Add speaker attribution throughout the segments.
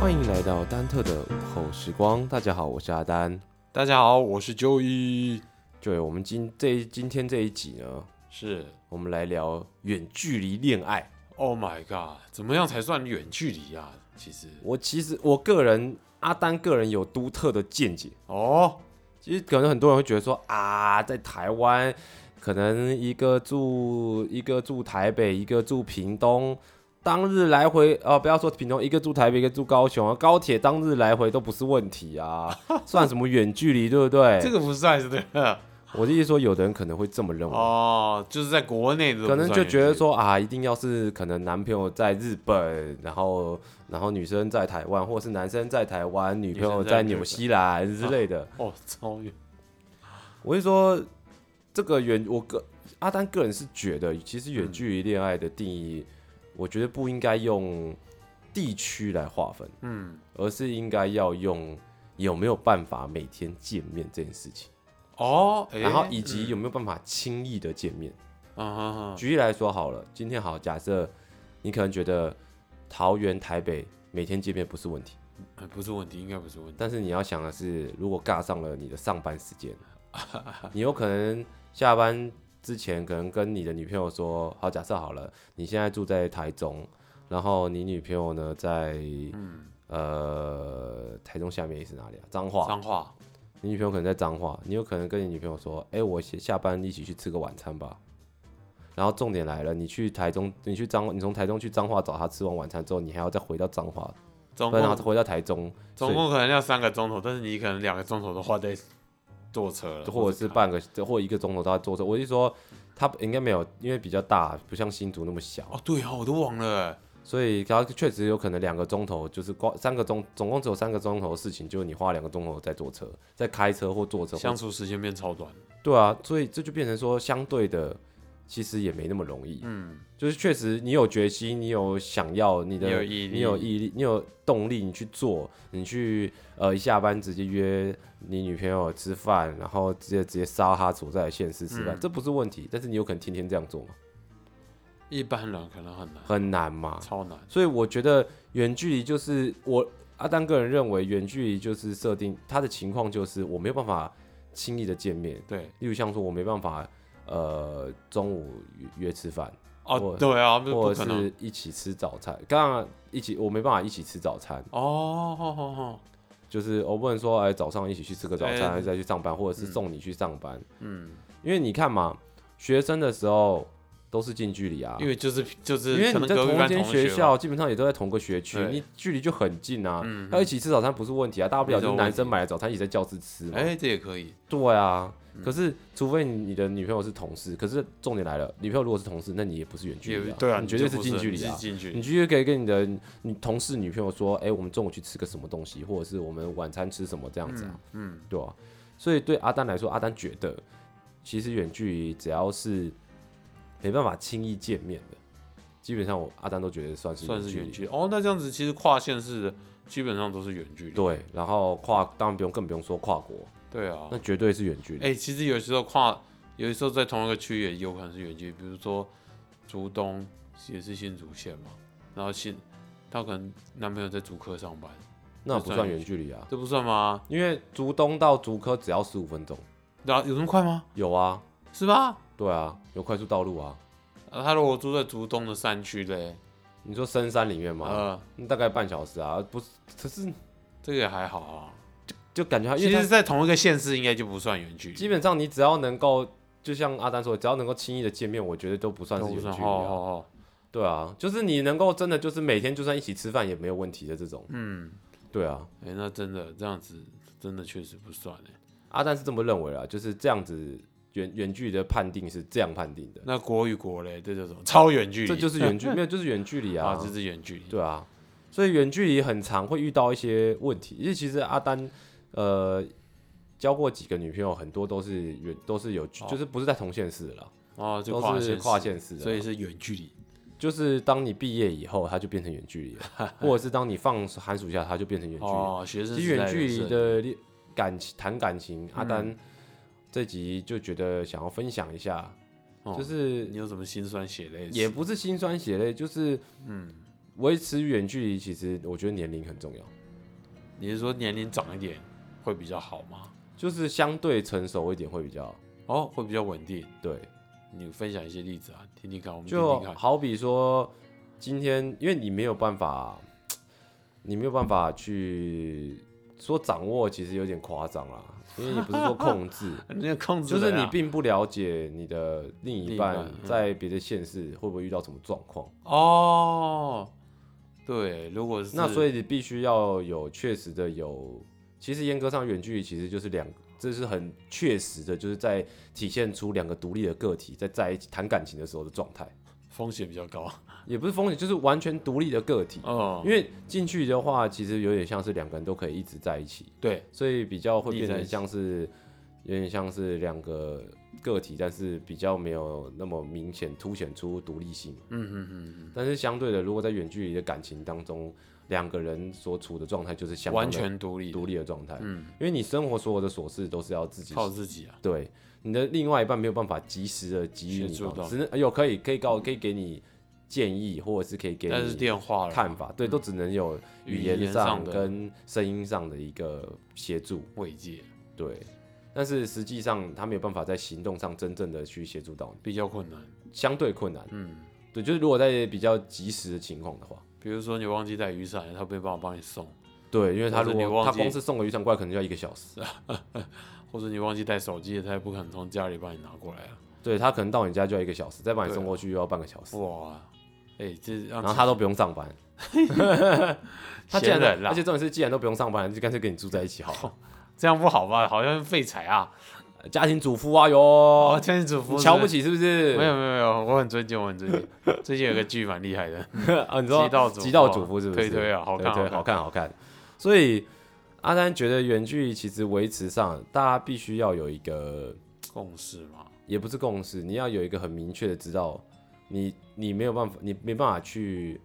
Speaker 1: 欢迎来到丹特的午后时光。大家好，我是阿丹。
Speaker 2: 大家好，我是周一。
Speaker 1: 对，我们今这一今天这一集呢，
Speaker 2: 是
Speaker 1: 我们来聊远距离恋爱。
Speaker 2: ，Oh my God，怎么样才算远距离啊？其实，
Speaker 1: 我其实我个人，阿丹个人有独特的见解。
Speaker 2: 哦，
Speaker 1: 其实可能很多人会觉得说啊，在台湾，可能一个住一个住台北，一个住屏东，当日来回哦、不要说屏东，一个住台北，一个住高雄啊，高铁当日来回都不是问题啊，算什么远距离，对不对？
Speaker 2: 这个不 算是的。
Speaker 1: 我的意思说，有的人可能会这么认为，
Speaker 2: 哦，就是在国内的，
Speaker 1: 可能就觉得，说啊，一定要是可能男朋友在日本，然后然后女生在台湾，或是男生在台湾，女朋友
Speaker 2: 女生在
Speaker 1: 在
Speaker 2: 日
Speaker 1: 纽
Speaker 2: 本
Speaker 1: 西兰之类的。
Speaker 2: 哦，超远。
Speaker 1: 我是说，这个远我个阿丹个人是觉得，其实远距离恋爱的定义，我觉得不应该用地区来划分，
Speaker 2: 嗯，
Speaker 1: 而是应该要用有没有办法每天见面这件事情，
Speaker 2: 哦，诶
Speaker 1: 然后以及
Speaker 2: 嗯
Speaker 1: 有没有办法轻易的见面。
Speaker 2: 啊哈哈，
Speaker 1: 举例来说好了，今天好，假设你可能觉得桃园、台北每天见面不是问题，
Speaker 2: 哎不是问题，应该不是问题。
Speaker 1: 但是你要想的是，如果尬上了你的上班时 间，你有可能下班之前可能跟你的女朋友说，好，假设好了，你现在住在台中，然后你女朋友呢在、呃台中下面是哪里啊？嗯彰化，
Speaker 2: 脏话，
Speaker 1: 你女朋友可能在彰化，你有可能跟你女朋友说：“哎、我下下班一起去吃个晚餐吧。”然后重点来了，你去台中，你去彰，你从台中去彰化找她吃完晚餐之后，你还要再回到彰化，
Speaker 2: 总
Speaker 1: 不然然后
Speaker 2: 共
Speaker 1: 回到台中，
Speaker 2: 总
Speaker 1: 所
Speaker 2: 共可能要三个钟头，但是你可能两个钟头都花在坐车
Speaker 1: 以
Speaker 2: 了，
Speaker 1: 或者是
Speaker 2: 开
Speaker 1: 半个或一个钟头都要坐车。我就说她应该没有，因为比较大，不像新竹那么小，
Speaker 2: 哦，对哦，我都忘了。
Speaker 1: 所以她确实有可能两个钟头，就是光三个钟，总共只有三个钟头的事情，就是你花两个钟头在坐车，在开车或坐车或
Speaker 2: 相处时间变超短，
Speaker 1: 对啊，所以这就变成说，相对的，其实也没那么容易。嗯，就是确实你有决心，你有想要，你的
Speaker 2: 你有毅力
Speaker 1: 你有毅力，你有动力，你去做，你去呃一下班直接约你女朋友吃饭，然后直接直接杀她所在的县市吃
Speaker 2: 嗯
Speaker 1: 饭，这不是问题。但是你有可能天天这样做吗？
Speaker 2: 一般人可能很难，
Speaker 1: 很难嘛。
Speaker 2: 超难。
Speaker 1: 所以我觉得远距离就是我阿丹个人认为，远距离就是设定他的情况就是我没有办法轻易的见面。
Speaker 2: 对，
Speaker 1: 例如像说我没办法，呃，中午约约吃饭，或
Speaker 2: 哦，对啊，不
Speaker 1: 或
Speaker 2: 不
Speaker 1: 者
Speaker 2: 可能。
Speaker 1: 是一起吃早餐。刚刚一起我没办法一起吃早餐，
Speaker 2: 哦，好好好，
Speaker 1: 就是我不能说哎早上一起去吃个早餐，
Speaker 2: 哎
Speaker 1: 再去上班，或者是送你去上班，
Speaker 2: 嗯，
Speaker 1: 因为你看嘛，学生的时候都是近距离啊。
Speaker 2: 因为就是就是，
Speaker 1: 因为
Speaker 2: 可
Speaker 1: 你
Speaker 2: 能
Speaker 1: 在
Speaker 2: 隔壁
Speaker 1: 同一
Speaker 2: 班
Speaker 1: 间
Speaker 2: 同
Speaker 1: 学
Speaker 2: 嘛，
Speaker 1: 校，基本上也都在同个学区，
Speaker 2: 对嗯
Speaker 1: 你距离就很近啊。要一起吃早餐不是问题啊，大不了就是男生买了早餐一起在教室吃嘛。
Speaker 2: 哎，这也可以，
Speaker 1: 对啊，可是除非你你的女朋友是同事，可是重点来了，女朋友如果是同事，那你也不是远距
Speaker 2: 也
Speaker 1: 离、啊，
Speaker 2: 对啊，
Speaker 1: 你
Speaker 2: 你
Speaker 1: 绝
Speaker 2: 就
Speaker 1: 对是
Speaker 2: 不
Speaker 1: 近距离
Speaker 2: 你
Speaker 1: 啊
Speaker 2: 是。近距
Speaker 1: 你
Speaker 2: 离，
Speaker 1: 绝对可以跟你的你同事女朋友说，哎、我们中午去吃个什么东西，或者是我们晚餐吃什么这样子啊，
Speaker 2: 嗯，
Speaker 1: 对啊。所以对阿丹来说，阿丹觉得其实远距离只要是没办法轻易见面的，基本上我阿丹都觉得算是
Speaker 2: 算是
Speaker 1: 距
Speaker 2: 远
Speaker 1: 离。
Speaker 2: 距离。哦，那这样子其实跨县市的基本上都是远距离。
Speaker 1: 对，然后跨当然不用更不用说跨国，
Speaker 2: 对啊
Speaker 1: 那，绝对是远距离。
Speaker 2: 哎，其实有时候跨，有时候在同一个区也有可能是远距离，比如说竹东也是新竹县嘛，然后新她可能男朋友在竹科上班，
Speaker 1: 那不算
Speaker 2: 这算
Speaker 1: 远距离啊。
Speaker 2: 这不算吗？
Speaker 1: 因为竹东到竹科只要十五分钟，
Speaker 2: 然后有那么快吗？
Speaker 1: 有啊，
Speaker 2: 是吧？
Speaker 1: 对啊，有快速道路啊。
Speaker 2: 啊，他如果住在竹东的山区嘞，
Speaker 1: 你说深山里面嘛，
Speaker 2: 呃，
Speaker 1: 那大概半小时啊，不是，可是
Speaker 2: 这个也还好啊。
Speaker 1: 就感觉它，啊因
Speaker 2: 其
Speaker 1: 为它
Speaker 2: 实，在同一个县市应该就不算远距离，
Speaker 1: 基本上你只要能够，就像阿丹说的，只要能够轻易的见面，我觉得都不算是
Speaker 2: 都
Speaker 1: 远
Speaker 2: 不
Speaker 1: 距离
Speaker 2: 算哦
Speaker 1: 啊。
Speaker 2: 哦
Speaker 1: 对啊，就是你能够真的就是每天就算一起吃饭也没有问题的这种。嗯，对啊，
Speaker 2: 哦，哎，那真的这样子，真的确实不算哎。
Speaker 1: 阿丹是这么认为啦，就是这样子远远距离的判定是这样判定的，
Speaker 2: 那国与国嘞，这就什么超远距离，
Speaker 1: 这就是远距，没有就是远距离
Speaker 2: 啊，这是远距离。
Speaker 1: 对啊，所以远距离很常会遇到一些问题，因为其实阿丹呃交过几个女朋友，很多都是远都是有、
Speaker 2: 哦
Speaker 1: 就是不是在同县市了，
Speaker 2: 哦，就跨
Speaker 1: 都是
Speaker 2: 县
Speaker 1: 跨
Speaker 2: 市
Speaker 1: 县市的，啊
Speaker 2: 所以是远距离。
Speaker 1: 就是当你毕业以后，它就变成远距离 了，或者是当你放寒暑假，它就变成远距离。
Speaker 2: 哦，学生
Speaker 1: 其
Speaker 2: 时
Speaker 1: 实
Speaker 2: 代
Speaker 1: 远距离
Speaker 2: 生
Speaker 1: 的恋感情谈感情，阿丹。
Speaker 2: 嗯
Speaker 1: 这集就觉得想要分享一下，
Speaker 2: 哦
Speaker 1: 就是
Speaker 2: 你有什么心酸血泪史？
Speaker 1: 也不是心酸血泪，就是嗯，维持远距离，其实我觉得年龄很重要，
Speaker 2: 你是说年龄长一点会比较好吗？
Speaker 1: 就是相对成熟一点会比较
Speaker 2: 哦，会比较稳定。
Speaker 1: 对。
Speaker 2: 你分享一些例子啊，听听看，我们听
Speaker 1: 就
Speaker 2: 听看。
Speaker 1: 好比说，今天因为你没有办法，你没有办法去说掌握，其实有点夸张啦，因为也不是说控 制，
Speaker 2: 那个控制
Speaker 1: 就是
Speaker 2: 的
Speaker 1: 你
Speaker 2: 啦
Speaker 1: 并不了解你的另一
Speaker 2: 另
Speaker 1: 半
Speaker 2: 一半嗯
Speaker 1: 在别的县市会不会遇到什么状况，
Speaker 2: 哦，对，如果是
Speaker 1: 那所以你必须要有确实的有，其实严格上远距离其实就是两。这是很确实的，就是在体现出两个独立的个体在在一起谈感情的时候的状态，
Speaker 2: 风险比较高。
Speaker 1: 也不是风险，就是完全独立的个体。
Speaker 2: 哦，
Speaker 1: 因为进去的话，其实有点像是两个人都可以一直在一起，
Speaker 2: 对，
Speaker 1: 所以比较会变
Speaker 2: 腻在
Speaker 1: 成
Speaker 2: 一起
Speaker 1: 像是有点像是两个个体，但是比较没有那么明显凸显出独立性。
Speaker 2: 嗯嗯嗯
Speaker 1: 但是相对的，如果在远距离的感情当中，两个人所处的状态就是
Speaker 2: 嗯，
Speaker 1: 相当
Speaker 2: 完
Speaker 1: 的
Speaker 2: 全独立，
Speaker 1: 独立的状态，
Speaker 2: 嗯，
Speaker 1: 因为你生活所有的琐事都是要自己
Speaker 2: 靠自己啊。
Speaker 1: 对你的另外一半没有办法及时的给予
Speaker 2: 协
Speaker 1: 你
Speaker 2: 助
Speaker 1: 帮
Speaker 2: 到
Speaker 1: 助，只能有可以可以告可以给你建议，或者是可以给你
Speaker 2: 但是电话了，
Speaker 1: 看法，对，都只能有
Speaker 2: 嗯语
Speaker 1: 语
Speaker 2: 言
Speaker 1: 言
Speaker 2: 上
Speaker 1: 上
Speaker 2: 的
Speaker 1: 跟声音上的一个协助，
Speaker 2: 慰藉
Speaker 1: 对。但是实际上，他没有办法在行动上真正的去协助到
Speaker 2: 比较困难。
Speaker 1: 你，相对困难。
Speaker 2: 嗯，
Speaker 1: 对，就是如果在比较及时的情况的话，
Speaker 2: 比如说你忘记带雨伞，他没办法帮你送；
Speaker 1: 对，因为他如
Speaker 2: 或者你
Speaker 1: 果
Speaker 2: 忘
Speaker 1: 他
Speaker 2: 记
Speaker 1: 光是送个雨伞过来，可能就要一个小 时，
Speaker 2: 或者你忘记带手机，他也不可能从家里帮你拿过来啊。
Speaker 1: 对他可能到你家就要一个小时，再把你
Speaker 2: 对啊
Speaker 1: 送过去又要半个小时，
Speaker 2: 哇，哎、这让
Speaker 1: 然后他都不用上班。他既
Speaker 2: 闲
Speaker 1: 然
Speaker 2: 人啊啦
Speaker 1: 而且重点是，既然都不用上班，就干脆跟你住在一起好 了。
Speaker 2: 这样不好吧？好像废柴啊！
Speaker 1: 家庭主妇啊
Speaker 2: 哦，
Speaker 1: 哟，
Speaker 2: 天使主妇
Speaker 1: 你
Speaker 2: 是
Speaker 1: 瞧不起是不是？
Speaker 2: 没有没有没有，我很尊敬，我很尊敬。最近有个剧蛮厉害的，
Speaker 1: 啊，你
Speaker 2: 极
Speaker 1: 说
Speaker 2: 道主
Speaker 1: 极道
Speaker 2: 妇啊
Speaker 1: 主妇是不是？
Speaker 2: 推推啊好看
Speaker 1: 对对
Speaker 2: 好
Speaker 1: 好看，好看。所以阿丹觉得远距离其实维持上，大家必须要有一个，
Speaker 2: 共识嘛，
Speaker 1: 也不是共识，你要有一个很明确的知道，你你没有办法，你没办法去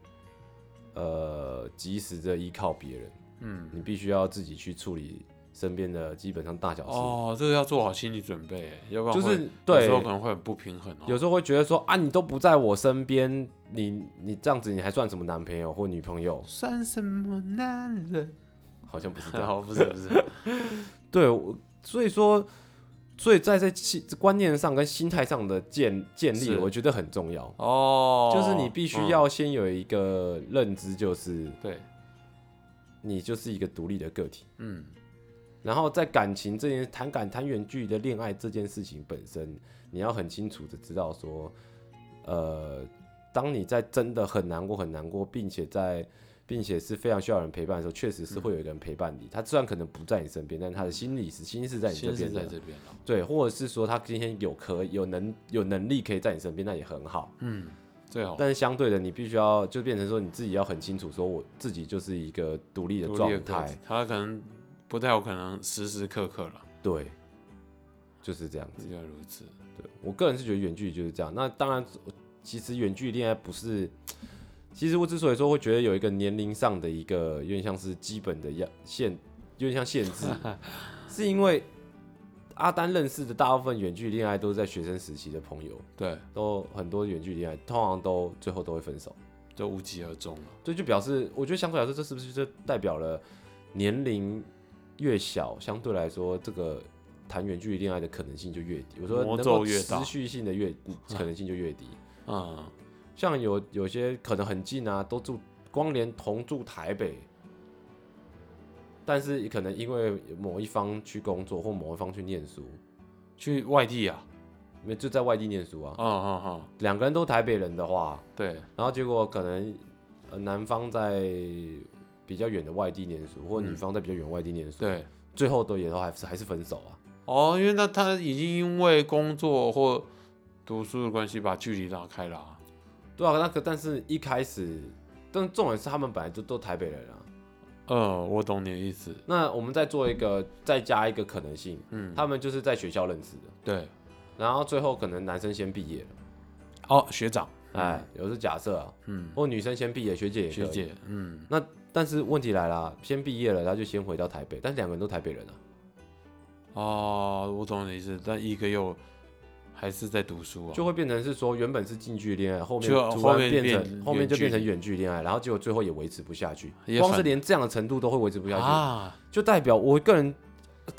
Speaker 1: 呃及时的依靠别人，
Speaker 2: 嗯，
Speaker 1: 你必须要自己去处理身边的基本上大小事，
Speaker 2: 哦，这个要做好心理准备，要不然
Speaker 1: 就
Speaker 2: 会
Speaker 1: 是
Speaker 2: 有
Speaker 1: 对
Speaker 2: 时。候可能会很不平衡哦。
Speaker 1: 有时候会觉得说啊，你都不在我身边，你你这样子你还算什么男朋友或女朋友？
Speaker 2: 算什么男人？
Speaker 1: 好像不是这样。
Speaker 2: 哦，不是 不是，
Speaker 1: 对，我所以说，所以在在心观念上跟心态上的建建立，
Speaker 2: 是
Speaker 1: 我觉得很重要。
Speaker 2: 哦，
Speaker 1: 就是你必须
Speaker 2: 嗯、
Speaker 1: 要先有一个认知，就是
Speaker 2: 对，
Speaker 1: 你就是一个独立的个体。
Speaker 2: 嗯，
Speaker 1: 然后在感情这件谈感谈远距离的恋爱这件事情本身，你要很清楚的知道说，呃，当你在真的很难过很难过，并且在并且是非常需要人陪伴的时候，确实是会有一个人陪伴你。他虽然可能不在你身边，但是他的心理是心是在你这
Speaker 2: 先是
Speaker 1: 边的
Speaker 2: 在。这边了，
Speaker 1: 对，或者是说他今天有可有能有能力可以在你身边，那也很好。
Speaker 2: 嗯，最好
Speaker 1: 但是相对的，你必须要就变成说你自己要很清楚，说我自己就是一个独立的
Speaker 2: 独立
Speaker 1: 状
Speaker 2: 的个
Speaker 1: 态
Speaker 2: 体，，他可能不太有可能时时刻刻了，
Speaker 1: 对，就是这样子。
Speaker 2: 应该如此，
Speaker 1: 对我个人是觉得远距离就是这样。那当然，其实远距离恋爱不是，其实我之所以说会觉得有一个年龄上的一个有点像是基本的要限，有点像限制，是因为阿丹认识的大部分远距离恋爱都是在学生时期的朋友。
Speaker 2: 对，
Speaker 1: 都很多远距离恋爱，通常都最后都会分手。
Speaker 2: 就无疾而终了，
Speaker 1: 所以就表示，我觉得相对来说，这是不是就代表了年龄越小，相对来说这个谈远距离恋爱的可能性就越低？我说
Speaker 2: 魔
Speaker 1: 能
Speaker 2: 咒
Speaker 1: 够
Speaker 2: 越
Speaker 1: 持
Speaker 2: 大
Speaker 1: 续性的 越可能性就越低。
Speaker 2: 嗯，
Speaker 1: 像有有些可能很近啊，都住光连同住台北，但是可能因为某一方去工作或某一方去念书，
Speaker 2: 去外地啊，
Speaker 1: 因为就在外地念书啊
Speaker 2: 嗯，嗯嗯，
Speaker 1: 两个人都台北人的话，
Speaker 2: 对，
Speaker 1: 然后结果可能呃男方在比较远的外地念书，或者
Speaker 2: 嗯
Speaker 1: 女方在比较远的外地念书，
Speaker 2: 对，
Speaker 1: 最后都也都还是还是分手啊。
Speaker 2: 哦，因为那他已经因为工作或读书的关系把距离拉开了啊、
Speaker 1: 对啊，那个但是一开始，但重点是他们本来就都台北人啊。
Speaker 2: 嗯，我懂你的意思。
Speaker 1: 那我们再做一个，再加一个可能性，
Speaker 2: 嗯，
Speaker 1: 他们就是在学校认识的，
Speaker 2: 对，
Speaker 1: 然后最后可能男生先毕业了，
Speaker 2: 哦，学长，
Speaker 1: 哎，有时假设啊，
Speaker 2: 嗯，
Speaker 1: 或女生先毕业，学姐也可
Speaker 2: 学
Speaker 1: 以。
Speaker 2: 姐，嗯，
Speaker 1: 但是问题来了，先毕业了，他就先回到台北，但是两个人都台北人啊，
Speaker 2: 哦，我懂你的意思，但一个又还是在读书啊？
Speaker 1: 就会变成是说原本是近距离恋爱，后面
Speaker 2: 就
Speaker 1: 突
Speaker 2: 后
Speaker 1: 然
Speaker 2: 面
Speaker 1: 变
Speaker 2: 变
Speaker 1: 成后面就
Speaker 2: 远距离
Speaker 1: 变成远距离恋爱，然后结果最后也维持不下去，
Speaker 2: 也
Speaker 1: 光
Speaker 2: 反
Speaker 1: 是连这样的程度都会维持不下去，
Speaker 2: 啊，
Speaker 1: 就代表我个人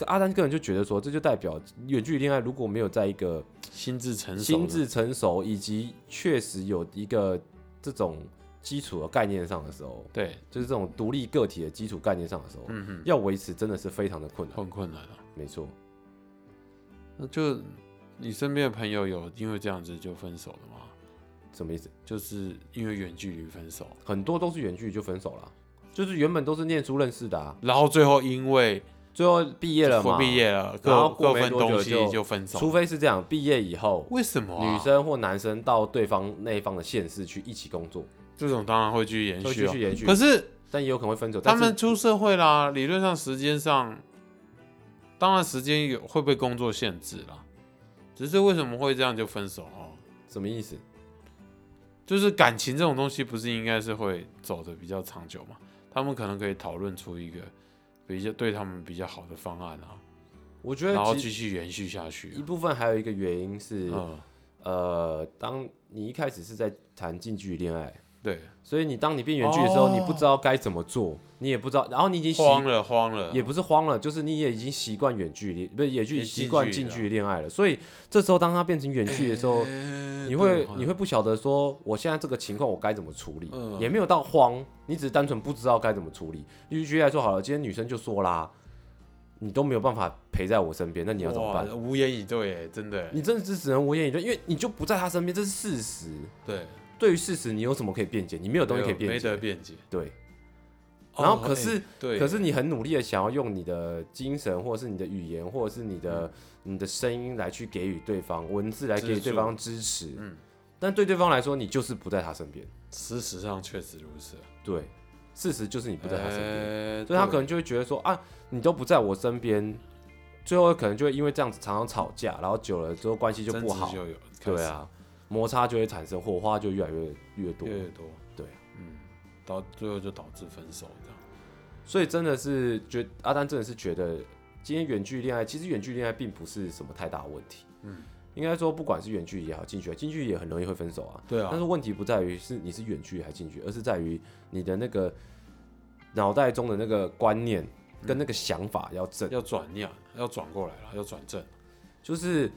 Speaker 1: 阿丹个人就觉得说，这就代表远距离恋爱如果没有在一个
Speaker 2: 心智成熟，
Speaker 1: 心，智成熟以及确实有一个这种基础的概念上的时候，
Speaker 2: 对，
Speaker 1: 就是这种独立个体的基础概念上的时候，
Speaker 2: 嗯哼，
Speaker 1: 要维持真的是非常的困难。
Speaker 2: 很困难啊。
Speaker 1: 没错，
Speaker 2: 那就你身边的朋友有因为这样子就分手了吗？
Speaker 1: 什么意思？
Speaker 2: 就是因为远距离分手，
Speaker 1: 很多都是远距离就分手了，啊就是原本都是念书认识的啊，
Speaker 2: 然后最后因为
Speaker 1: 最后毕业了嘛，
Speaker 2: 毕业了，
Speaker 1: 然
Speaker 2: 各
Speaker 1: 后过
Speaker 2: 各
Speaker 1: 没
Speaker 2: 分
Speaker 1: 多久
Speaker 2: 东西
Speaker 1: 就
Speaker 2: 就分手
Speaker 1: 除
Speaker 2: 了，
Speaker 1: 非是这样，毕业以后，
Speaker 2: 为什么啊、
Speaker 1: 女生或男生到对方那一方的县市去一起工作，
Speaker 2: 这种当然会去延
Speaker 1: 会
Speaker 2: 续、
Speaker 1: 继
Speaker 2: 啊
Speaker 1: 续，延续
Speaker 2: 可，是
Speaker 1: 但也有可能会分手。
Speaker 2: 他
Speaker 1: 但
Speaker 2: 们
Speaker 1: 是
Speaker 2: 出社会啦，理论上时间上，当然时间有会被工作限制啦。只是为什么会这样就分手哦？
Speaker 1: 什么意思？
Speaker 2: 就是感情这种东西，不是应该是会走的比较长久嘛？他们可能可以讨论出一个比较对他们比较好的方案啊，
Speaker 1: 我觉
Speaker 2: 然后
Speaker 1: 得其
Speaker 2: 继续延续下去、啊
Speaker 1: 一部分还有一个原因是，
Speaker 2: 嗯，
Speaker 1: 呃，当你一开始是在谈近距离恋爱，
Speaker 2: 对，
Speaker 1: 所以你当你变远距离的时候，
Speaker 2: 哦
Speaker 1: 你不知道该怎么做，你也不知道，然后你已经习
Speaker 2: 慌了，慌了，
Speaker 1: 也不是慌了，就是你也已经习惯远距离，不是远距离
Speaker 2: 也
Speaker 1: 习惯近
Speaker 2: 近距离了
Speaker 1: 距离恋爱了，所以这时候当它变成远距离的时候，
Speaker 2: 哎
Speaker 1: 你会
Speaker 2: 对哦
Speaker 1: 你会不晓得说我现在这个情况我该怎么处理，
Speaker 2: 嗯
Speaker 1: 也没有到慌，你只是单纯不知道该怎么处理。例如来说好了，今天女生就说啦，你都没有办法陪在我身边，那你要怎么办？
Speaker 2: 哇无言以对，哎，真的，哎
Speaker 1: 你真的是只能无言以对，因为你就不在她身边，这是事实。
Speaker 2: 对，
Speaker 1: 对于事实，你有什么可以辩解？你没有东西可以辩
Speaker 2: 没有没
Speaker 1: 解
Speaker 2: 得。辩解。
Speaker 1: 对，然后
Speaker 2: 哦
Speaker 1: 可是
Speaker 2: 哎对，
Speaker 1: 可是你很努力的想要用你的精神，或者是你的语言，或者是你的、你的声音来去给予对方文字来给予
Speaker 2: 嗯支
Speaker 1: 对
Speaker 2: 柱
Speaker 1: 方支持，
Speaker 2: 嗯
Speaker 1: 但对对方来说，你就是不在他身边。
Speaker 2: 事实上确实如此，
Speaker 1: 对，事实就是你不在他身边，
Speaker 2: 哎
Speaker 1: 所以他
Speaker 2: 对
Speaker 1: 可能就会觉得说啊，你都不在我身边，最后可能就会因为这样子常常吵架，然后久了之后关系就
Speaker 2: 争
Speaker 1: 不
Speaker 2: 执
Speaker 1: 好，
Speaker 2: 就有
Speaker 1: 对，啊，摩擦就会产生，火花就越来越越
Speaker 2: 开
Speaker 1: 多
Speaker 2: 始，越来越多，
Speaker 1: 对，
Speaker 2: 嗯，到最后就导致分手这样，
Speaker 1: 所以真的是觉阿丹真的是觉得，今天远距离恋爱，其实远距离恋爱并不是什么太大的问题。嗯，应该说不管是远距离也好，近距离，近距离也很容易会分手啊。
Speaker 2: 对啊
Speaker 1: 但是问题不在于是你是远距离还是近距离，而是在于你的那个脑袋中的那个观念
Speaker 2: 嗯
Speaker 1: 跟那个想法要正。
Speaker 2: 要转念，要转过来了，要转正，
Speaker 1: 就是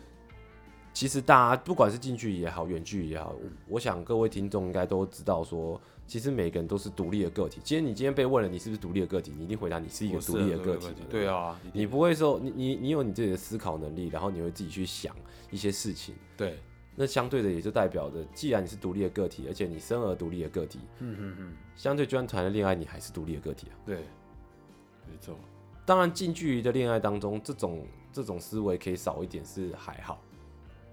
Speaker 1: 其实大家不管是近距离也好，远距离也好，我想各位听众应该都知道说。其实每个人都是独立的个体。今天你今天被问了，你是不是独立的个体？你一定回答你是一个
Speaker 2: 我是
Speaker 1: 独立的
Speaker 2: 啊
Speaker 1: 个体嘛。不
Speaker 2: 对啊，一定
Speaker 1: 你不会说你你你有你自己的思考能力，然后你会自己去想一些事情。
Speaker 2: 对，
Speaker 1: 那相对的也就代表着，既然你是独立的个体，而且你生而独立的个体，
Speaker 2: 嗯嗯嗯，
Speaker 1: 相对就算谈了恋爱，你还是独立的个体啊。
Speaker 2: 对，没错，
Speaker 1: 当然，近距离的恋爱当中，这种这种思维可以少一点是还好，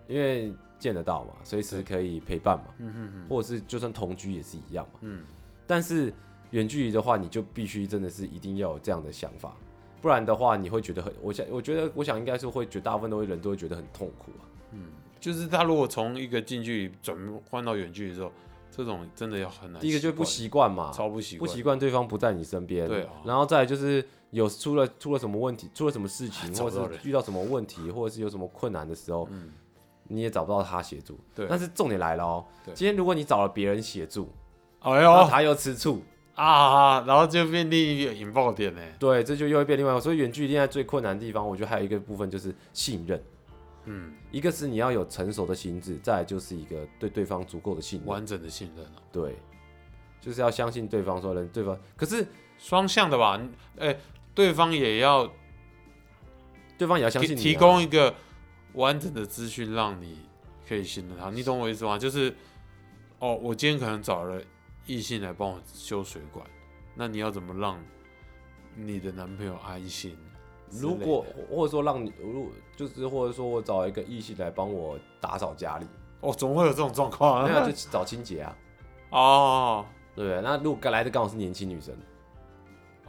Speaker 1: 因为见得到嘛，随时
Speaker 2: 对
Speaker 1: 可以陪伴嘛，
Speaker 2: 嗯嗯
Speaker 1: 或者是就算同居也是一样嘛。
Speaker 2: 嗯
Speaker 1: 但是远距离的话，你就必须真的是一定要有这样的想法，不然的话，你会觉得很，我想，我觉得，我想应该是会觉得大部分都会人都会觉得很痛苦啊。
Speaker 2: 嗯，就是他如果从一个近距离转换到远距离的时候，这种真的要很难习惯，
Speaker 1: 第一个就是不习惯嘛，
Speaker 2: 超不习
Speaker 1: 不
Speaker 2: 惯，
Speaker 1: 习惯对方不在你身边，
Speaker 2: 对啊
Speaker 1: 然后再来就是有出了出了什么问题，出了什么事情，
Speaker 2: 找
Speaker 1: 或
Speaker 2: 不到
Speaker 1: 者
Speaker 2: 人
Speaker 1: 是遇到什么问题，或者是有什么困难的时候，
Speaker 2: 嗯
Speaker 1: 你也找不到他协助。
Speaker 2: 对
Speaker 1: 但是重点来了哦，
Speaker 2: 对
Speaker 1: 今天如果你找了别人协助，
Speaker 2: 哎
Speaker 1: 然后
Speaker 2: 呦
Speaker 1: 他又吃醋，
Speaker 2: 啊，然后就变另一个引爆点呢，
Speaker 1: 对，这就又会变另外一个。所以远距离恋爱最困难的地方，我觉得还有一个部分就是信任。
Speaker 2: 嗯，
Speaker 1: 一个是你要有成熟的心智，再来就是一个对对方足够的信任，
Speaker 2: 完整的信任啊。
Speaker 1: 对，就是要相信对方说人对方。可是
Speaker 2: 双向的吧？哎、对方也要
Speaker 1: 对方也要相
Speaker 2: 提
Speaker 1: 信你、啊，
Speaker 2: 提供一个完整的资讯，让你可以信任他。你懂我意思吗？就是，哦，我今天可能找了异性来帮我修水管，那你要怎么让你的男朋友安心之类
Speaker 1: 如
Speaker 2: 的？
Speaker 1: 果或或者说让你，如就是或者说我找一个异性来帮我打扫家里，
Speaker 2: 哦，总会有这种状况
Speaker 1: 没有
Speaker 2: 啊。
Speaker 1: 就找清洁啊，
Speaker 2: 哦
Speaker 1: 对不对？那如果来的刚好是年轻女生，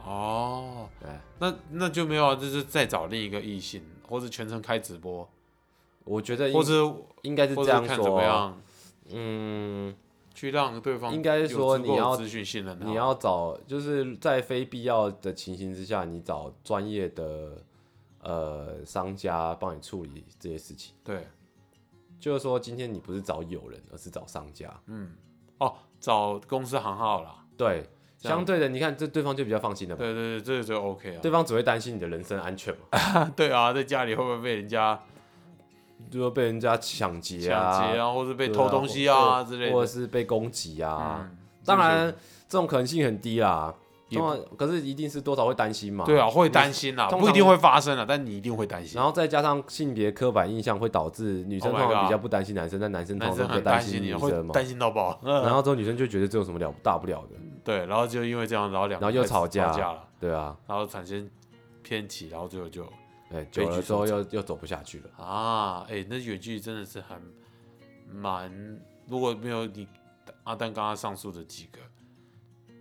Speaker 2: 哦，
Speaker 1: 哎，
Speaker 2: 那那就没有啊，就是再找另一个异性，或者全程开直播，
Speaker 1: 我觉得应
Speaker 2: 或者
Speaker 1: 应该是
Speaker 2: 或
Speaker 1: 这
Speaker 2: 者
Speaker 1: 样
Speaker 2: 看怎
Speaker 1: 说，
Speaker 2: 么
Speaker 1: 啊
Speaker 2: 样
Speaker 1: 嗯，
Speaker 2: 去让对方
Speaker 1: 应该是
Speaker 2: 有
Speaker 1: 说
Speaker 2: 足
Speaker 1: 你
Speaker 2: 够的
Speaker 1: 要
Speaker 2: 资讯信任他。
Speaker 1: 你要找就是在非必要的情形之下，你找专业的呃商家帮你处理这些事情，
Speaker 2: 对，
Speaker 1: 就是说今天你不是找友人，而是找商家。
Speaker 2: 嗯，哦，找公司行号啦，
Speaker 1: 对，
Speaker 2: 这样
Speaker 1: 相对的，你看这对方就比较放心了嘛，
Speaker 2: 对对对，这个就 OK 啊。
Speaker 1: 对方只会担心你的人身安全嘛，
Speaker 2: 啊 对啊，在家里会不会被人家
Speaker 1: 就说被人家抢
Speaker 2: 抢
Speaker 1: 劫啊，
Speaker 2: 劫啊，或是被
Speaker 1: 对
Speaker 2: 偷东西啊
Speaker 1: 或
Speaker 2: 之类
Speaker 1: 或者
Speaker 2: 的
Speaker 1: 是被攻击啊。
Speaker 2: 嗯
Speaker 1: 当然，这种可能性很低啦，
Speaker 2: 也不
Speaker 1: 当然，可是一定是多少会担心嘛。
Speaker 2: 对啊，会担心啦，
Speaker 1: 通常
Speaker 2: 不一定会发生啦，但你一定会担心
Speaker 1: 然。后再加上性别刻板印象，会导致女生
Speaker 2: Oh my
Speaker 1: 通常
Speaker 2: God
Speaker 1: 比较不担心男生，但男生
Speaker 2: 男
Speaker 1: 通
Speaker 2: 生
Speaker 1: 常比较
Speaker 2: 很
Speaker 1: 担
Speaker 2: 担
Speaker 1: 心
Speaker 2: 心你，
Speaker 1: 女
Speaker 2: 会
Speaker 1: 生嘛。
Speaker 2: 担心到爆。
Speaker 1: 然后之后女生就觉得这有什么了大不了的，
Speaker 2: 对，然后就因为这样，然后两个
Speaker 1: 然后又
Speaker 2: 开始
Speaker 1: 吵架
Speaker 2: 架了，
Speaker 1: 对啊，
Speaker 2: 然后产生偏激，然后最后就
Speaker 1: 哎，久了
Speaker 2: 所
Speaker 1: 之后
Speaker 2: 长
Speaker 1: 又又走不下去了。
Speaker 2: 啊，哎、那远距离真的是很蛮，如果没有你阿丹刚刚上述的几个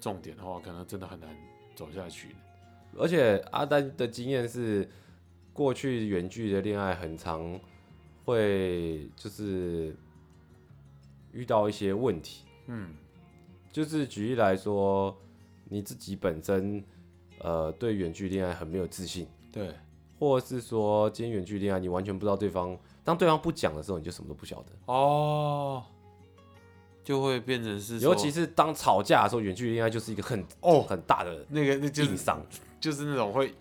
Speaker 2: 重点的话，可能真的很难走下去。
Speaker 1: 而且阿丹的经验是，过去远距离的恋爱很常会就是遇到一些问题。
Speaker 2: 嗯，
Speaker 1: 就是举例来说，你自己本身呃对远距恋爱很没有自信，
Speaker 2: 对，
Speaker 1: 或是说今天远距恋爱你完全不知道对方，当对方不讲的时候，你就什么都不晓得。
Speaker 2: 哦，就会变成是说，
Speaker 1: 尤其是当吵架的时候，远距离恋爱就是一个很
Speaker 2: 哦
Speaker 1: 很大的
Speaker 2: 那个那就
Speaker 1: 硬
Speaker 2: 是
Speaker 1: 伤，
Speaker 2: 就是那种会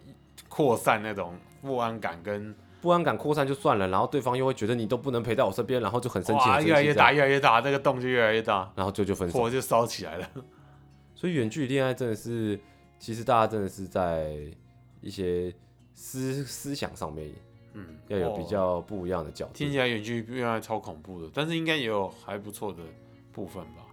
Speaker 2: 扩散那种不安感跟
Speaker 1: 不安感扩散就算了，然后对方又会觉得你都不能陪在我身边，然后就很生气，很
Speaker 2: 哇
Speaker 1: 生气
Speaker 2: 越来越
Speaker 1: 这样
Speaker 2: 大，越来越大，那个洞就越来越大，
Speaker 1: 然后就就分手。
Speaker 2: 火就烧起来了。
Speaker 1: 所以远距离恋爱真的是，其实大家真的是在一些思思想上面
Speaker 2: 嗯，
Speaker 1: 要有比
Speaker 2: 哦
Speaker 1: 较不一样的角度。
Speaker 2: 听起来远距离恋爱超恐怖的，但是应该也有还不错的部分吧？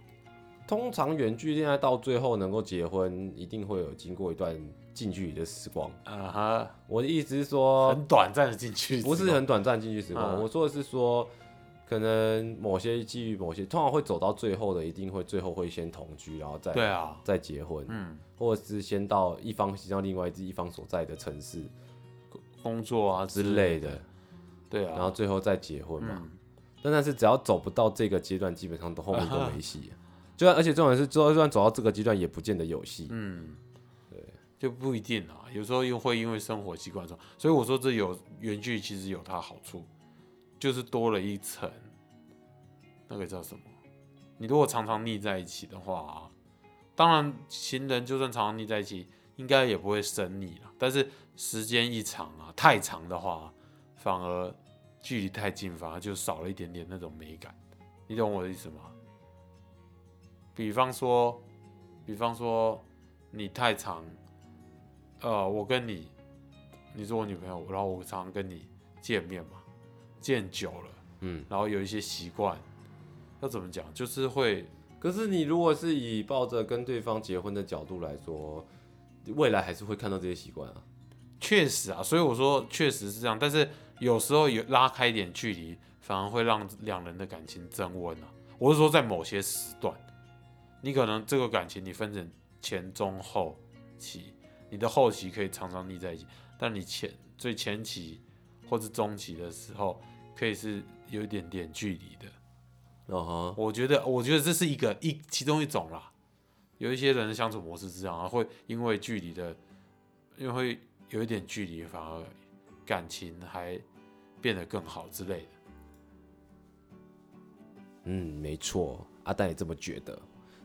Speaker 1: 通常远距恋爱到最后能够结婚，一定会有经过一段近距离的时光。
Speaker 2: 啊哈，
Speaker 1: 我的意思是说，
Speaker 2: 很短暂的进去，
Speaker 1: 不是很短暂近距离时光，
Speaker 2: 嗯
Speaker 1: 我说的是说，可能某些基于某些，通常会走到最后的，一定会最后会先同居，然后再
Speaker 2: 对啊，
Speaker 1: 再结婚，
Speaker 2: 嗯，
Speaker 1: 或者是先到一方先到另外一一方所在的城市
Speaker 2: 工作啊
Speaker 1: 之类的，，
Speaker 2: 对啊，
Speaker 1: 然后最后再结婚嘛。
Speaker 2: 嗯，
Speaker 1: 但但是只要走不到这个阶段，基本上都后面都没 戏。就算而且重点是，就算走到这个阶段，也不见得有戏。
Speaker 2: 嗯，对，就不一定啊，有时候又会因为生活习惯中，所以我说这有远距离其实有它好处，就是多了一层，那个叫什么？你如果常常腻在一起的话、当然情人就算常常腻在一起，应该也不会生腻了。但是时间一长啊，太长的话，反而距离太近，反而就少了一点点那种美感。你懂我的意思吗？比方说，比方说你太长，呃，我跟你，你是我女朋友，然后我常常跟你见面嘛，见久了，
Speaker 1: 嗯，
Speaker 2: 然后有一些习惯，要怎么讲，就是会
Speaker 1: 可是你如果是以抱着跟对方结婚的角度来说，未来还是会看到这些习惯啊。
Speaker 2: 确实啊，所以我说确实是这样，但是有时候有拉开一点距离，反而会让两人的感情增温啊。我是说，在某些时段，你可能这个感情你分成前中后期，你的后期可以常常腻在一起，但你前最前期或是中期的时候，可以是有一点点距离的。
Speaker 1: 嗯哼，
Speaker 2: 我觉得，我觉得这是一个一其中一种啦。有一些人的相处模式是这样啊，会因为距离的，因为会有一点距离，反而感情还变得更好之类的。
Speaker 1: 嗯，没错，阿丹也这么觉得。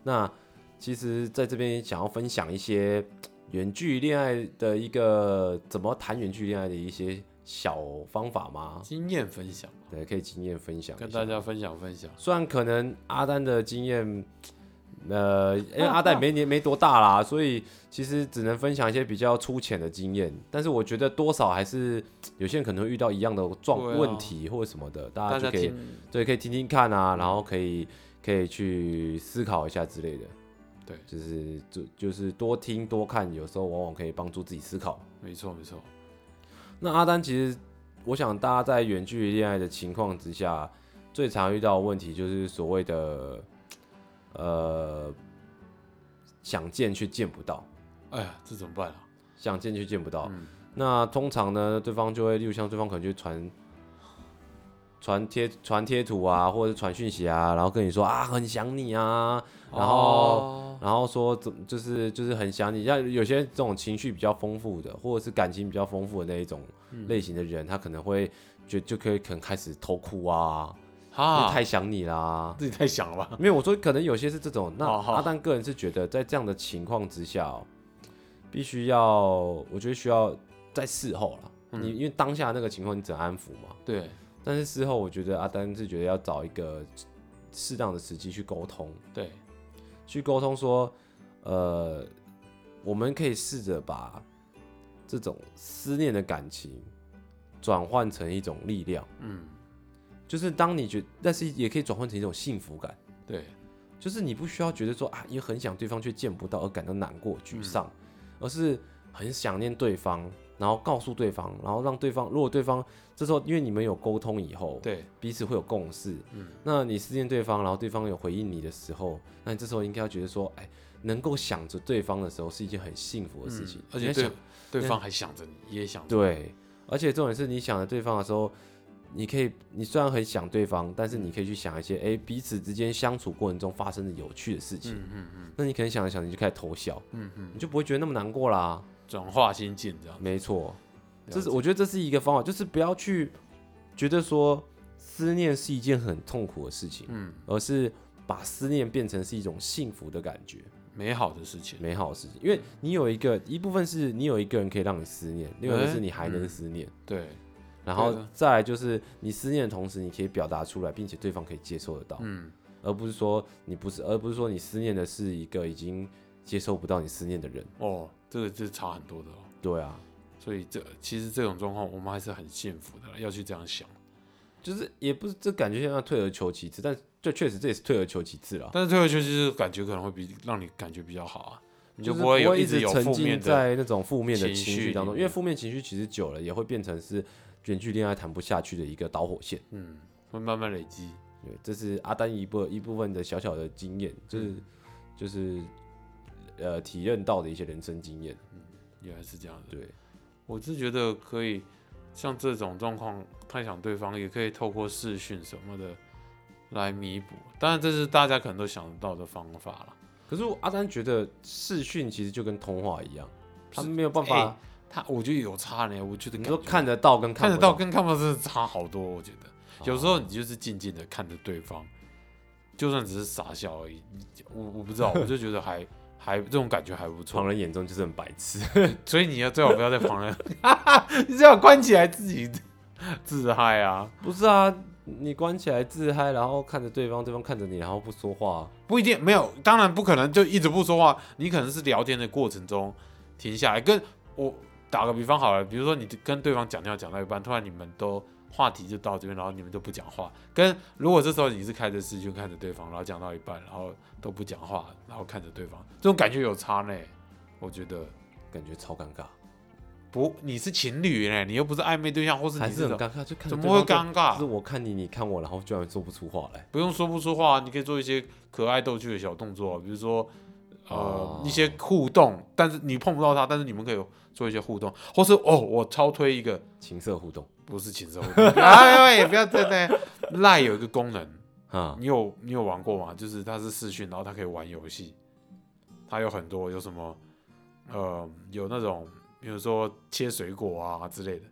Speaker 1: 那其实在这边想要分享一些远距离恋爱的一个怎么谈远距离恋爱的一些小方法吗？
Speaker 2: 经验分享，
Speaker 1: 对，可以经验分享一下
Speaker 2: 跟大家分享分享。
Speaker 1: 虽然可能阿丹的经验，
Speaker 2: 啊
Speaker 1: 呃，因为阿丹也没年没多大啦，所以其实只能分享一些比较粗浅的经验。但是我觉得多少还是有些人可能会遇到一样的状
Speaker 2: 对啊
Speaker 1: 问题或者什么的，大
Speaker 2: 大
Speaker 1: 家
Speaker 2: 家
Speaker 1: 就可以
Speaker 2: 听，
Speaker 1: 对可以听听看啊，然后可以可以去思考一下之类的。
Speaker 2: 对
Speaker 1: 就是就就是多听多看，有时候往往可以帮助自己思考。
Speaker 2: 没错没错，
Speaker 1: 那阿丹其实，我想大家在远距离恋爱的情况之下，最常遇到的问题就是所谓的，呃，想见却见不到，
Speaker 2: 哎呀，这怎么办啊？
Speaker 1: 想见却见不到。
Speaker 2: 嗯
Speaker 1: 那通常呢，对方就会，例如像对方可能就会传传贴传贴图啊，或者是传讯息啊，然后跟你说啊很想你啊，然后
Speaker 2: 哦
Speaker 1: 然后说怎么就是就是很想你，像有些这种情绪比较丰富的，或者是感情比较
Speaker 2: 嗯
Speaker 1: 丰富的那一种类型的人，他可能会就就可以可能开始偷哭啊，因为
Speaker 2: 哈，
Speaker 1: 太想你啦。
Speaker 2: 自己太想了吧？
Speaker 1: 没有，我说可能有些是这种。那
Speaker 2: 哦好
Speaker 1: 阿蛋个人是觉得，在这样的情况之下哦、必须要，我觉得需要在事后啦。
Speaker 2: 嗯
Speaker 1: 你因为当下那个情况，你只能安抚嘛。
Speaker 2: 对，
Speaker 1: 但是事后，我觉得阿丹是觉得要找一个适当的时机去沟通，
Speaker 2: 对，
Speaker 1: 去沟通说，呃，我们可以试着把这种思念的感情转换成一种力量，
Speaker 2: 嗯，
Speaker 1: 就是当你觉，但是也可以转换成一种幸福感，
Speaker 2: 对，
Speaker 1: 就是你不需要觉得说啊，也很想对方却见不到而感到难过、沮丧，而是很想念对方，然后告诉对方，然后让对方，如果对方这时候因为你们有沟通以后，
Speaker 2: 对，
Speaker 1: 彼此会有共识。
Speaker 2: 嗯
Speaker 1: 那你思念对方，然后对方有回应你的时候，那你这时候应该要觉得说，哎，能够想着对方的时候是一件很幸福的事情
Speaker 2: 嗯，而
Speaker 1: 你在
Speaker 2: 且对
Speaker 1: 想
Speaker 2: 对方还想着你，也想着
Speaker 1: 对，而且重点是你想着对方的时候，你可以，你虽然很想对方，但是你可以去想一些，哎，彼此之间相处过程中发生的有趣的事
Speaker 2: 你，
Speaker 1: 情。
Speaker 2: 嗯嗯嗯
Speaker 1: 那你可能想着想着你就开始偷笑，
Speaker 2: 嗯嗯，
Speaker 1: 你就不会觉得那么难过啦。
Speaker 2: 转化心境这样，
Speaker 1: 没错，这是
Speaker 2: 了解
Speaker 1: 我觉得这是一个方法，就是不要去觉得说思念是一件很痛苦的事情。
Speaker 2: 嗯
Speaker 1: 而是把思念变成是一种幸福的感觉、
Speaker 2: 美好的事情，
Speaker 1: 美好的事情。因为你有一个一部分是你有一个人可以让你思念，另外一个是你还能思念，
Speaker 2: 对，
Speaker 1: 然后
Speaker 2: 嗯对啊
Speaker 1: 再来就是你思念的同时，你可以表达出来，并且对方可以接受得到，
Speaker 2: 嗯
Speaker 1: 而不是说你不是，而不是说你思念的是一个已经接受不到你思念的人。
Speaker 2: 哦，这个就差很多的哦。
Speaker 1: 对啊，
Speaker 2: 所以这其实这种状况，我们还是很幸福的啦，要去这样
Speaker 1: 啊
Speaker 2: 想。
Speaker 1: 就是也不是这感觉像退而求其次，但这确实这也是退而求其次啦。
Speaker 2: 但是退回去就是感觉可能会比让你感觉比较好啊，你
Speaker 1: 就
Speaker 2: 就是不会有
Speaker 1: 一
Speaker 2: 直有
Speaker 1: 沉
Speaker 2: 负
Speaker 1: 浸
Speaker 2: 面的。
Speaker 1: 在那种负面的
Speaker 2: 情
Speaker 1: 情
Speaker 2: 绪
Speaker 1: 绪
Speaker 2: 里
Speaker 1: 当中，
Speaker 2: 面
Speaker 1: 因为负面情绪其实久了也会变成是远距恋爱谈不下去的一个导火线。
Speaker 2: 嗯，会慢慢累积。
Speaker 1: 对，这是阿丹一部一部分的小小的经验，就是、
Speaker 2: 嗯
Speaker 1: 就是呃体验到的一些人生经验。
Speaker 2: 原来是这样的，
Speaker 1: 对，
Speaker 2: 我是觉得可以像这种状况太想对方，也可以透过视讯什么的来弥补。当然，这是大家可能都想得到的方法了。
Speaker 1: 可是我阿丹觉得视讯其实就跟通话一样，他
Speaker 2: 是
Speaker 1: 没有办法，
Speaker 2: 哎他我觉得有差呢，我觉得
Speaker 1: 你
Speaker 2: 感
Speaker 1: 说
Speaker 2: 觉
Speaker 1: 看得到跟
Speaker 2: 看得
Speaker 1: 不
Speaker 2: 到跟看不到真的差好多。我觉得有时候
Speaker 1: 哦
Speaker 2: 你就是静静的看着对方，就算只是傻笑而已，你我我不知道，我就觉得还还这种感觉还不
Speaker 1: 旁
Speaker 2: 错。
Speaker 1: 人眼中就是很白痴。
Speaker 2: 所以你要最好不要在旁人， 你最好关起来自己自嗨啊。
Speaker 1: 不是啊，你关起来自嗨，然后看着对方，对方看着你，然后不说话，
Speaker 2: 不一定没有，当然不可能就一直不说话。你可能是聊天的过程中停下来，跟我打个比方好了，比如说你跟对方讲话讲到一半，突然你们都话题就到这边，然后你们都不讲话。跟如果这时候你是开着视讯看着对方，然后讲到一半，然后都不讲话，然后看着对方，这种感觉有差呢。我觉得
Speaker 1: 感觉超尴尬。
Speaker 2: 不，你是情侣呢，你又不是暧昧对象，或是
Speaker 1: 还
Speaker 2: 你
Speaker 1: 是很
Speaker 2: 什么
Speaker 1: 尴尬，就看着
Speaker 2: 怎么
Speaker 1: 对
Speaker 2: 会
Speaker 1: 方就
Speaker 2: 尴尬
Speaker 1: 就是？我看你，你看我，然后居然说不出话来。
Speaker 2: 不用说不出话，你可以做一些可爱逗趣的小动作，比如说呃、
Speaker 1: 哦
Speaker 2: 一些互动，但是你碰不到他，但是你们可以做一些互动，或是哦，我超推一个
Speaker 1: 情色互动
Speaker 2: 不是情色互动，哎，也不要对对，赖有一个功能，
Speaker 1: 啊，
Speaker 2: 你有你有玩过吗？就是它是视讯，然后它可以玩游戏，它有很多有什么呃有那种比如说切水果啊之类的，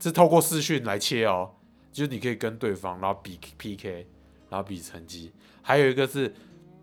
Speaker 2: 是透过视讯来切哦，就是你可以跟对方然后比 PK，然后比成绩，还有一个是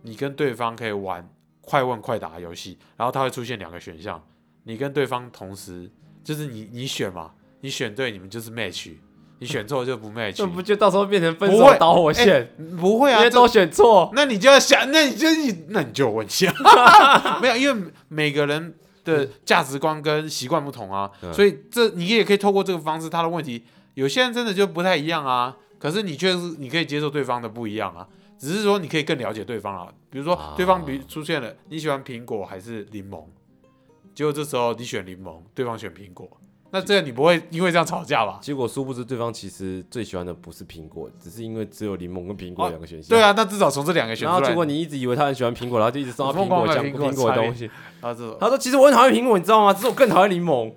Speaker 2: 你跟对方可以玩快问快答游戏，然后它会出现两个选项，你跟对方同时就是你你选嘛，你选对你们就是 match，你选错就不 match，
Speaker 1: 这不就到时候变成分
Speaker 2: 不
Speaker 1: 手
Speaker 2: 会
Speaker 1: 导火线？
Speaker 2: 哎不会
Speaker 1: 因
Speaker 2: 啊，
Speaker 1: 为
Speaker 2: 这
Speaker 1: 都选错，
Speaker 2: 那你就要想，那你就你，那你就有问题啊。 没有，因为每个人的价值观跟习惯不同啊，
Speaker 1: 嗯
Speaker 2: 所以这你也可以透过这个方式，他的问题有些人真的就不太一样啊。可是你却是你可以接受对方的不一样啊，只是说你可以更了解对方啊。比如说
Speaker 1: 啊
Speaker 2: 对方比出现了你喜欢苹果还是柠檬，结果这时候你选柠檬，对方选苹果，那这个你不会因为这样吵架吧？
Speaker 1: 结果殊不知对方其实最喜欢的不是苹果，只是因为只有柠檬跟苹果
Speaker 2: 哦
Speaker 1: 两个选项。
Speaker 2: 对啊，那至少从这两个选
Speaker 1: 然
Speaker 2: 出
Speaker 1: 后
Speaker 2: 来，
Speaker 1: 结果你一直以为他很喜欢苹果，然后就一直送他苹果
Speaker 2: 我疯狂
Speaker 1: 讲
Speaker 2: 买苹果
Speaker 1: 苹果的
Speaker 2: 差点
Speaker 1: 东西。
Speaker 2: 啊，这种
Speaker 1: 他说：“其实我很讨厌苹果，你知道吗？只是我更讨厌柠檬。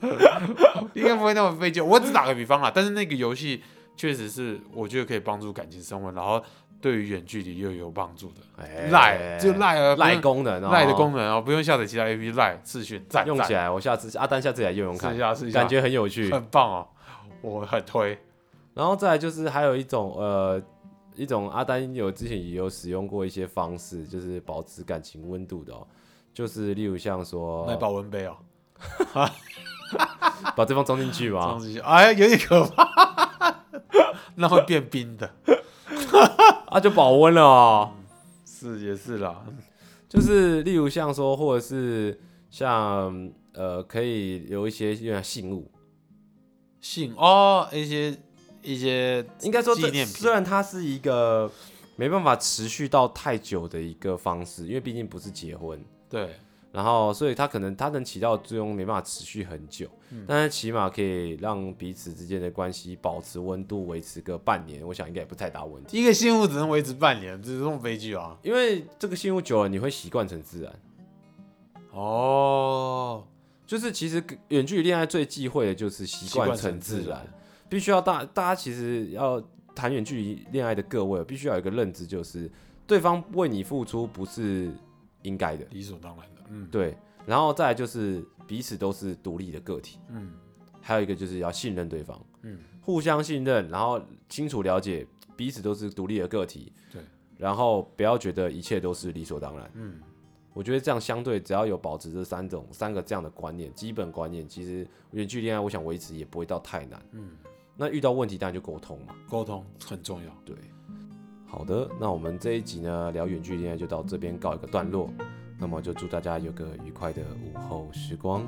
Speaker 2: 应该不会那么费劲。我只打个比方啦，但是那个游戏确实是我觉得可以帮助感情升温，然后对于远距离又有帮助的。”哎赖就赖啊，
Speaker 1: 哎赖
Speaker 2: 功
Speaker 1: 功能哦，
Speaker 2: 赖的功能哦，不用下载其他 APP，赖视讯赞
Speaker 1: 用
Speaker 2: 赞
Speaker 1: 起啊来。我下次阿丹下次来用用
Speaker 2: 试
Speaker 1: 看
Speaker 2: 一，下试一下，
Speaker 1: 感觉很有趣。
Speaker 2: 很棒哦，我很推。
Speaker 1: 然后再来就是还有一种呃，一种阿丹有之前也有使用过一些方式，就是保持感情温度的哦，就是例如像说
Speaker 2: 买保温杯哦，
Speaker 1: 把对方装进去
Speaker 2: 这样
Speaker 1: 嘛，
Speaker 2: 子就哎有点可怕， 那会变冰的。
Speaker 1: 啊就保温了哦。
Speaker 2: 是也是啦，
Speaker 1: 就是例如像说，或者是像呃，可以留一些有点信物，
Speaker 2: 性哦一些一些
Speaker 1: 应该说
Speaker 2: 纪
Speaker 1: 这
Speaker 2: 念品
Speaker 1: 虽然它是一个没办法持续到太久的一个方式，因为毕竟不是结婚，
Speaker 2: 对
Speaker 1: 然后所以它可能它能起到作用，没办法持续很久，
Speaker 2: 嗯
Speaker 1: 但是起码可以让彼此之间的关系保持温度，维持个半年，我想应该也不太大问题。
Speaker 2: 一个信物只能维持半年，这是这种悲剧啊。
Speaker 1: 因为这个信物久了，你会习惯成自然。
Speaker 2: 哦，
Speaker 1: 就是其实远距离恋爱最忌讳的就是习惯成自
Speaker 2: 习惯成自
Speaker 1: 然
Speaker 2: 然，
Speaker 1: 必须要大大家其实要谈远距离恋爱的各位，必须要有一个认知，就是对方为你付出不是应该的，
Speaker 2: 理所当然的，嗯
Speaker 1: 对。然后再来就是彼此都是独立的个体，
Speaker 2: 嗯
Speaker 1: 还有一个就是要信任对方，
Speaker 2: 嗯，
Speaker 1: 互相信任，然后清楚了解彼此都是独立的个体，
Speaker 2: 对。
Speaker 1: 然后不要觉得一切都是理所当然，
Speaker 2: 嗯，
Speaker 1: 我觉得这样相对，只要有保持这三种、三个这样的观念，基本观念，其实远距离恋爱，我想维持也不会到太难。嗯，那遇到问题当然就沟通嘛。
Speaker 2: 沟通很重要。
Speaker 1: 对，好的，那我们这一集呢聊远距离恋爱就到这边告一个段落，那么就祝大家有个愉快的午后时光，